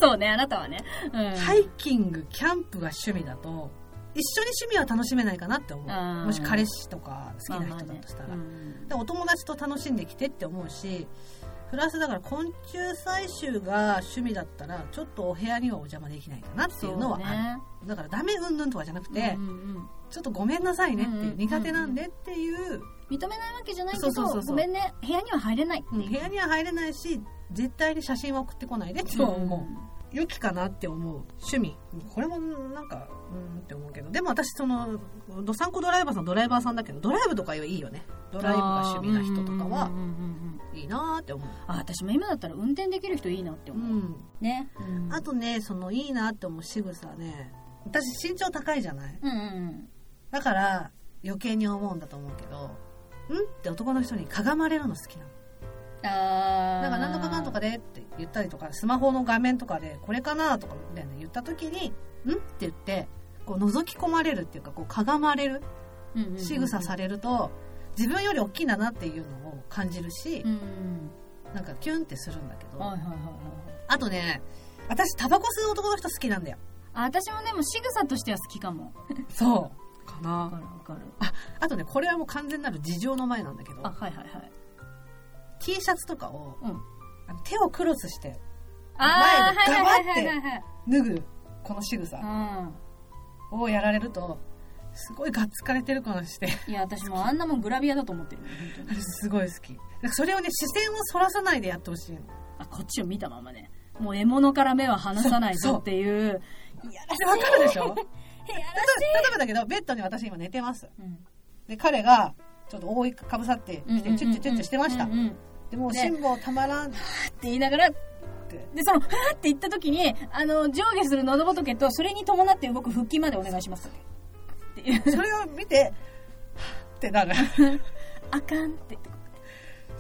Speaker 2: そうねあなたはねうん
Speaker 1: ハイキングキャンプが趣味だと一緒に趣味は楽しめないかなって思
Speaker 2: あー
Speaker 1: うもし彼氏とか好きな人だとしたら、
Speaker 2: まあまあねうん
Speaker 1: だからお友達と楽しんできてって思うしプラスだから昆虫採集が趣味だったらちょっとお部屋にはお邪魔できないかなっていうのはある、だからダメうんぬんとかじゃなく
Speaker 2: そう
Speaker 1: て、
Speaker 2: ねうんうんうん
Speaker 1: ちょっとごめんなさいねっていう、
Speaker 2: うんうんうんうん
Speaker 1: 苦手なんでっていう、
Speaker 2: 認めないわけじゃないけ
Speaker 1: そうそうそ
Speaker 2: ど
Speaker 1: うそ
Speaker 2: ご
Speaker 1: う
Speaker 2: めんね部屋には入れないって
Speaker 1: うん
Speaker 2: いう
Speaker 1: 部屋には入れないし絶対に写真は送ってこないでとは思う、良きかなって思う趣味これもなんかうんって思うけどでも私そのどさんこドライバーさんドライバーさんだけどドライブとかはいいよねドライブが趣味な人とか
Speaker 2: あー
Speaker 1: は
Speaker 2: うんうんうんうん
Speaker 1: いいなーって思う、
Speaker 2: あ私も今だったら運転できる人いいなって
Speaker 1: う、
Speaker 2: 思うんね
Speaker 1: あとねそのいいなって思う仕草ね私身長高いじゃない
Speaker 2: うんうんうん
Speaker 1: だから余計に思うんだと思うけどうんって男の人にかがまれるの好きなの
Speaker 2: あー
Speaker 1: なんか何とかかんとかでって言ったりとかスマホの画面とかでこれかなとかみたいな言った時に「ん?」って言ってこう覗き込まれるっていうかこうかがまれる
Speaker 2: うんうんうん
Speaker 1: 仕草されると自分より大きいんだなっていうのを感じるし
Speaker 2: うんうん
Speaker 1: なんかキュンってするんだけ
Speaker 2: うん
Speaker 1: ど
Speaker 2: はいはいはいはい
Speaker 1: あとね私タバコ吸う男の人好きなんだよ
Speaker 2: あ私もでも仕草としては好きかも
Speaker 1: そうか
Speaker 2: わか
Speaker 1: な
Speaker 2: るわかる
Speaker 1: あとねこれはもう完全なる事情の前なんだけど
Speaker 2: あはいはいはい
Speaker 1: T シャツとかを
Speaker 2: うん
Speaker 1: あの手をクロスして
Speaker 2: あー
Speaker 1: 前で
Speaker 2: はいはいはいはいはい
Speaker 1: 脱ぐこの仕草
Speaker 2: うん
Speaker 1: をやられるとすごいがっつかれてる感じして
Speaker 2: いや私もあんなもんグラビアだと思ってるよ本
Speaker 1: あ
Speaker 2: 当に
Speaker 1: れすごい好きだからそれをね視線をそらさないでやってほしいの
Speaker 2: あこっちを見たままねもう獲物から目は離さないぞっていう。いやらしい。
Speaker 1: で、わかるでしょ例え
Speaker 2: いやら
Speaker 1: ば例えばだけど、ベッドに私今寝てます。
Speaker 2: しいうん。
Speaker 1: で、彼が、ちょっと覆いかぶさってきて、チュッチュッチュッチュしてました。
Speaker 2: うんうんうんって
Speaker 1: で、もう辛抱たまらんっ
Speaker 2: 言いながら、で、
Speaker 1: て。
Speaker 2: その、はーって言った時に、あの、上下する喉仏と、それに伴って動く腹筋までお願いします。っていう。
Speaker 1: それを見て、はぁってなる。
Speaker 2: あかんって。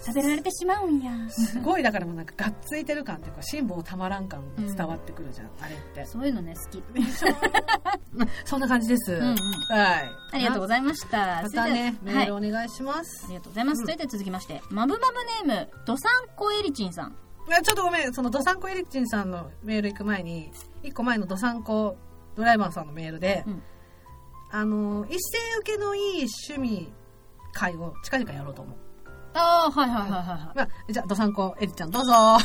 Speaker 2: させられてしまうんや。
Speaker 1: すごい、だからもうなんか、がっついてる感っていうか、辛抱たまらん感が伝わってくるじゃん、あれって。
Speaker 2: そういうのね、好き。
Speaker 1: そんな感じです。
Speaker 2: んう
Speaker 1: は
Speaker 2: ん
Speaker 1: い。
Speaker 2: ありがとうご
Speaker 1: ざい
Speaker 2: ざいました。
Speaker 1: またね、
Speaker 2: それ
Speaker 1: メ
Speaker 2: ではは
Speaker 1: ール。
Speaker 2: い
Speaker 1: お願いします。
Speaker 2: ありがとうございます。
Speaker 1: うん
Speaker 2: それでは続きまして、マブマブネーム、ドサンコエリチンさん。
Speaker 1: いやちょっとごめん、そのドサンコエリッチンさんのメール行く前に、一個前のドサンコドライバーさんのメールで、
Speaker 2: うん
Speaker 1: あの、一斉受けのいい趣味会を近々やろうと思う。
Speaker 2: ああ、はいはいはいは。
Speaker 1: まあ、じゃあ、ドサンコエリッチちゃんどうぞ。はい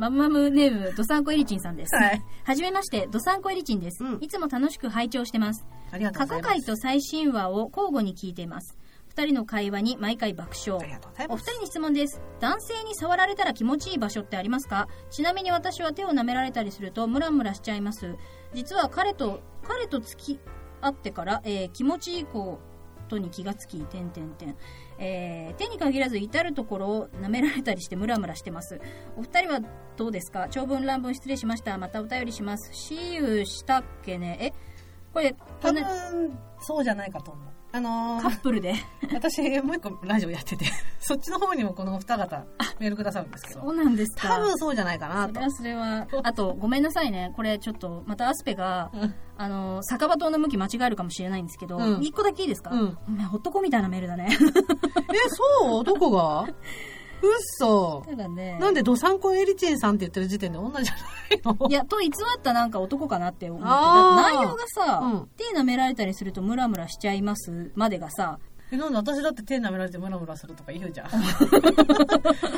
Speaker 2: マブマブネーム、ドサンコエリチンさんです。
Speaker 1: い。
Speaker 2: はじめまして、ドサンコエリチンです。
Speaker 1: うん
Speaker 2: いつも楽しく拝聴してます。
Speaker 1: ありがとう
Speaker 2: 過
Speaker 1: ござ
Speaker 2: 去
Speaker 1: います。
Speaker 2: 回と最新話を交互に聞いています。二人の会話に毎回爆笑
Speaker 1: あり。がとうござい
Speaker 2: お
Speaker 1: ま
Speaker 2: 二
Speaker 1: す。
Speaker 2: 人に質問です。男性に触られたら気持ちいい場所ってありますかちなみに私は手を舐められたりするとムラムラしちゃいます。実は彼と、彼と付き合ってから、えー気持ちいいことに気がつき、点点点。えー手に限らず至るところを舐められたりしてムラムラしてます。お二人はどうですか長文乱文失礼しました。またお便りします。See you したっけねえこれ、こ
Speaker 1: 多
Speaker 2: んな
Speaker 1: 分、そうじゃないかと思う。あの
Speaker 2: カ
Speaker 1: ー、
Speaker 2: ップルで。
Speaker 1: 私、もう一個ラジオやってて、 そっちの方にもこのお二方、メールくださるんですけ
Speaker 2: そ
Speaker 1: ど、
Speaker 2: うなんですか
Speaker 1: 多分そうじゃないかな
Speaker 2: そ
Speaker 1: と
Speaker 2: れ。はそれはあとごめんなさいねこれちょっとまたアスペが
Speaker 1: うん
Speaker 2: あの酒場島の向き間違えるかもしれないんですけど、
Speaker 1: うん
Speaker 2: 一個だけいいですか、
Speaker 1: うん
Speaker 2: お前ほっとこみたいなメールだね
Speaker 1: え、そうどこが うっそ。
Speaker 2: ただね
Speaker 1: なんでドサンコエリチンさんって言ってる時点で女じゃないの
Speaker 2: いやと偽ったなんか男かなって思って
Speaker 1: あー
Speaker 2: だって内容がさ、
Speaker 1: うん
Speaker 2: 手舐められたりするとムラムラしちゃいますまでがさ
Speaker 1: えなんで私だって手舐められてムラムラするとか言うじゃん。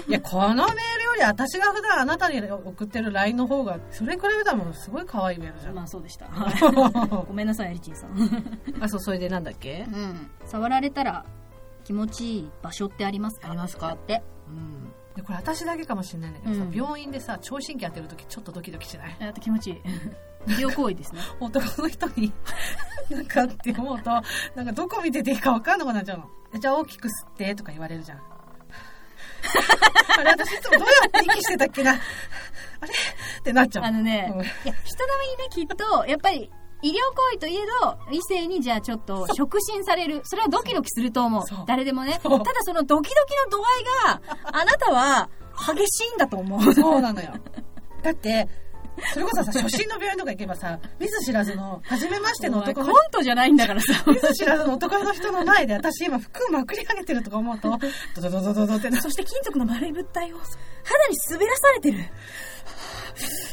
Speaker 1: いや、このメールより私が普段あなたに送ってる LINE の方が、それに比べたらもうすごい可愛いメールじゃん。
Speaker 2: まあそうでした ごめんなさいエリチンさん、
Speaker 1: あ、そう、それでなんだっけ
Speaker 2: うん、触られたら気持ちいい場所ってありますか
Speaker 1: ありますか
Speaker 2: だって
Speaker 1: うん。でこれ私だけかもしれないんだけどさ、
Speaker 2: うん
Speaker 1: 病院でさ、聴診器当てるときちょっとドキドキしない
Speaker 2: だって気 持ちいい美容行為ですね
Speaker 1: 男の人に、 なんかって思うと、なんかどこ見てていいかわかんなくなっちゃうの。えじゃあ大きく吸ってとか言われるじゃん。あれ、私いつもどうやって息してたっけな。あれってなっちゃう。
Speaker 2: あのね、
Speaker 1: うん
Speaker 2: いや人並みにねきっとやっぱり医療行為といえど異性にじゃあちょっと触診されるそれはドキドキすると思う
Speaker 1: そう
Speaker 2: 誰でもねた
Speaker 1: そう
Speaker 2: だそのドキドキの度合いがあなたは激しいんだと思う
Speaker 1: そうなのよ。だって、それこそさ、初心の病院とか行けばさ、見ず知らずの、初めましての
Speaker 2: お前
Speaker 1: 男
Speaker 2: コ
Speaker 1: の
Speaker 2: ン
Speaker 1: 人
Speaker 2: トじゃないんだからさ
Speaker 1: 見ず知らずの男の人の前で私今服まくり上げてるとか思うと、ドドドドドドってな
Speaker 2: そして金属の丸い物体を肌に滑らされてる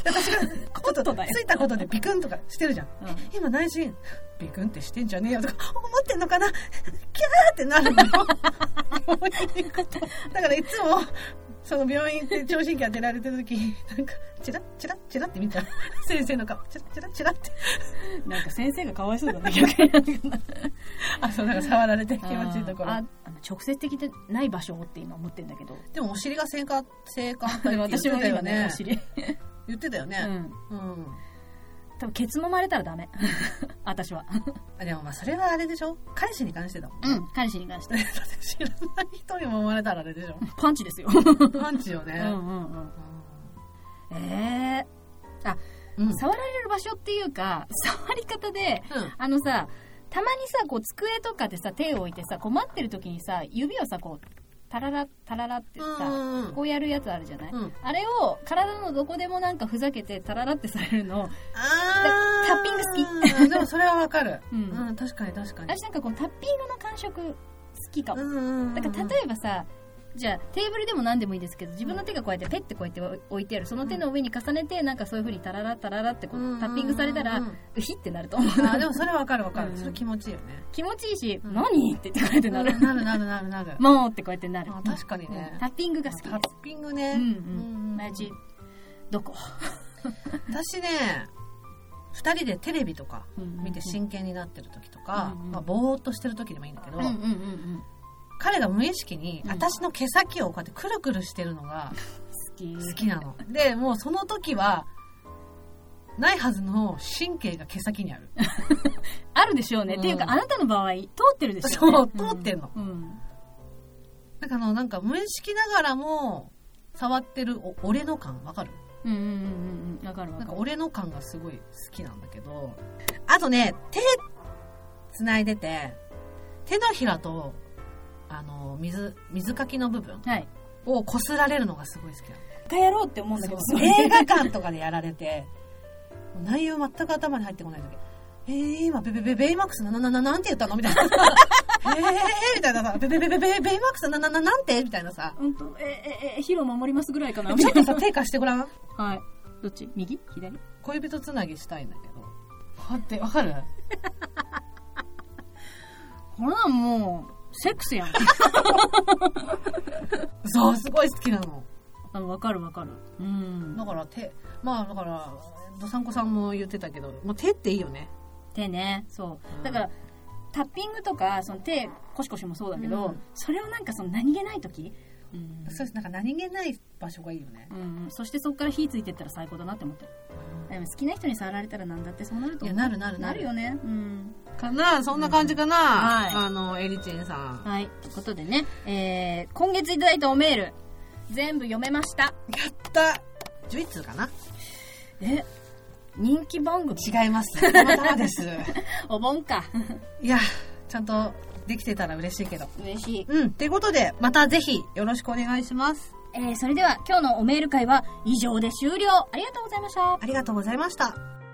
Speaker 1: 私がコ
Speaker 2: ントだよ
Speaker 1: ついたことでビクンとかしてるじゃん、
Speaker 2: うん
Speaker 1: え今内心ビクンってしてんじゃねえよとか 思ってんのかなキャーってなる のよ病院行くとだからいつもその病院で聴診器当てられてる時なんかチラッチラッチラッって見 た先生の顔チラッチラッチラッって
Speaker 2: なんか先生がかわいそうだね逆に
Speaker 1: あそうなんか触られて気持ちいいところ
Speaker 2: ああの直接的でない場所をって今思ってんだけ ど
Speaker 1: でもお尻が性感性感帯って 言っ
Speaker 2: 私
Speaker 1: て
Speaker 2: も
Speaker 1: た
Speaker 2: 今
Speaker 1: よ
Speaker 2: ね
Speaker 1: ね
Speaker 2: お尻
Speaker 1: 言ってたよ
Speaker 2: う
Speaker 1: ね
Speaker 2: ん
Speaker 1: うん、
Speaker 2: 多分ケツもまれたらダメ 私は
Speaker 1: あでもまあそれはあれでしょ彼氏に関してだ もん
Speaker 2: うん彼氏に関して
Speaker 1: 知らない人にも生まれたらあれでしょ
Speaker 2: パンチですよ
Speaker 1: パンチよね。
Speaker 2: うんうんえー、あ
Speaker 1: うん。
Speaker 2: 触られる場所っていうか 触り方であのさたまにさこう机とかでさ手を置いてさこう待ってる時にさ指をさこうタララタララってさ
Speaker 1: うん。
Speaker 2: こうやるやつあるじゃない、
Speaker 1: うん
Speaker 2: あれを体のどこでもなんかふざけてタララってされるのを
Speaker 1: あー
Speaker 2: タッピング
Speaker 1: 好き。でもそれはわかる。
Speaker 2: う
Speaker 1: うんん、確かに確かに。
Speaker 2: 私なんかこのタッピングの感触好きかも、
Speaker 1: うんうんうん。
Speaker 2: だから例えばさじゃあテーブルでも何でもいいですけど自分の手がこうやってペッてこうやって置いてあるその手の上に重ねてなんかそういうふうにタララタララってこ
Speaker 1: うんうん
Speaker 2: う
Speaker 1: うん
Speaker 2: タッピングされたらうひってなると思う
Speaker 1: あーでもそれはわかるわか
Speaker 2: うん
Speaker 1: る。それ気持ちいいよね。
Speaker 2: 気持ちいいし「
Speaker 1: うん
Speaker 2: 何?」って言ってこうやってなる
Speaker 1: うんなるなるなるなる
Speaker 2: 「。 もう」ってこうやってなる
Speaker 1: あ確かに
Speaker 2: う
Speaker 1: ね
Speaker 2: ん。タッピングが好きで
Speaker 1: タッピングね。
Speaker 2: うんうん
Speaker 1: うん
Speaker 2: す同じどこ
Speaker 1: 私ね、二人でテレビとか見て真剣になってる時とか、
Speaker 2: うんうん
Speaker 1: まあ、ぼーっとしてる時でもいいんだけど、
Speaker 2: うんうんうんうん
Speaker 1: 彼が無意識に
Speaker 2: うん
Speaker 1: 私の毛先をこうやってくるくるしてるのが、
Speaker 2: き
Speaker 1: 好きなのでもうその時はないはずの神経が毛先にある
Speaker 2: あるでしょうね、
Speaker 1: うん
Speaker 2: っていうかあなたの場合通ってるでしょ
Speaker 1: そう
Speaker 2: ね
Speaker 1: 通ってんの
Speaker 2: うんうん
Speaker 1: だからあのなんか無意識ながらも触ってるお俺の感わかる
Speaker 2: うんうんうんうんわかるわ
Speaker 1: なん
Speaker 2: か
Speaker 1: か
Speaker 2: る
Speaker 1: 俺の感がすごい好きなんだけどあとね手繋いでて手のひらとあの水水かきの部分
Speaker 2: はい
Speaker 1: をこすられるのがすごい好きなの
Speaker 2: 一回やろうって思うんだけど
Speaker 1: そう映画館とかでやられてもう内容全く頭に入ってこない時「えー、今ベベベベイマックスなななななんて言ったの?」みたいな「えー」みたいなさ「ベベベベベベイマックスななななんて?」みたいなさ
Speaker 2: うんとえええヒロ守りますぐらいかな
Speaker 1: ちょっとさ手貸してごらん
Speaker 2: はいどっち右左
Speaker 1: 恋人つなぎしたいんだけどはってわかる
Speaker 2: ほらもうセックス やん
Speaker 1: そうすごい好きなの
Speaker 2: あわかるわかるうん
Speaker 1: だから手まあだからどさんこさんも言ってたけどもう手っていいよね
Speaker 2: 手ねそううんだからタッピングとかその手コシコシもそうだけど、
Speaker 1: うん
Speaker 2: それをなんかその何気ない時うん
Speaker 1: そうですなんか何気ない場所がいいよね
Speaker 2: うん、そしてそこから火ついてったら最高だなって思ってるでも好きな人に触られたらなんだってそうなると
Speaker 1: い
Speaker 2: 思
Speaker 1: や
Speaker 2: う
Speaker 1: なるなる
Speaker 2: なるよねうん
Speaker 1: かなそんな感じかな、
Speaker 2: はい
Speaker 1: あのエリチンさん
Speaker 2: はいということでね、えー、今月いただいたおメール全部読めました
Speaker 1: やった11通かな
Speaker 2: え人気番組
Speaker 1: 違いますたまたまです
Speaker 2: お盆か
Speaker 1: いやちゃんとできてたら嬉しいけど
Speaker 2: 嬉しい、
Speaker 1: うんってことでまたぜひよろしくお願いします
Speaker 2: えー、それでは今日のおメール会は以上で終了ありがとうございました
Speaker 1: ありがとうございました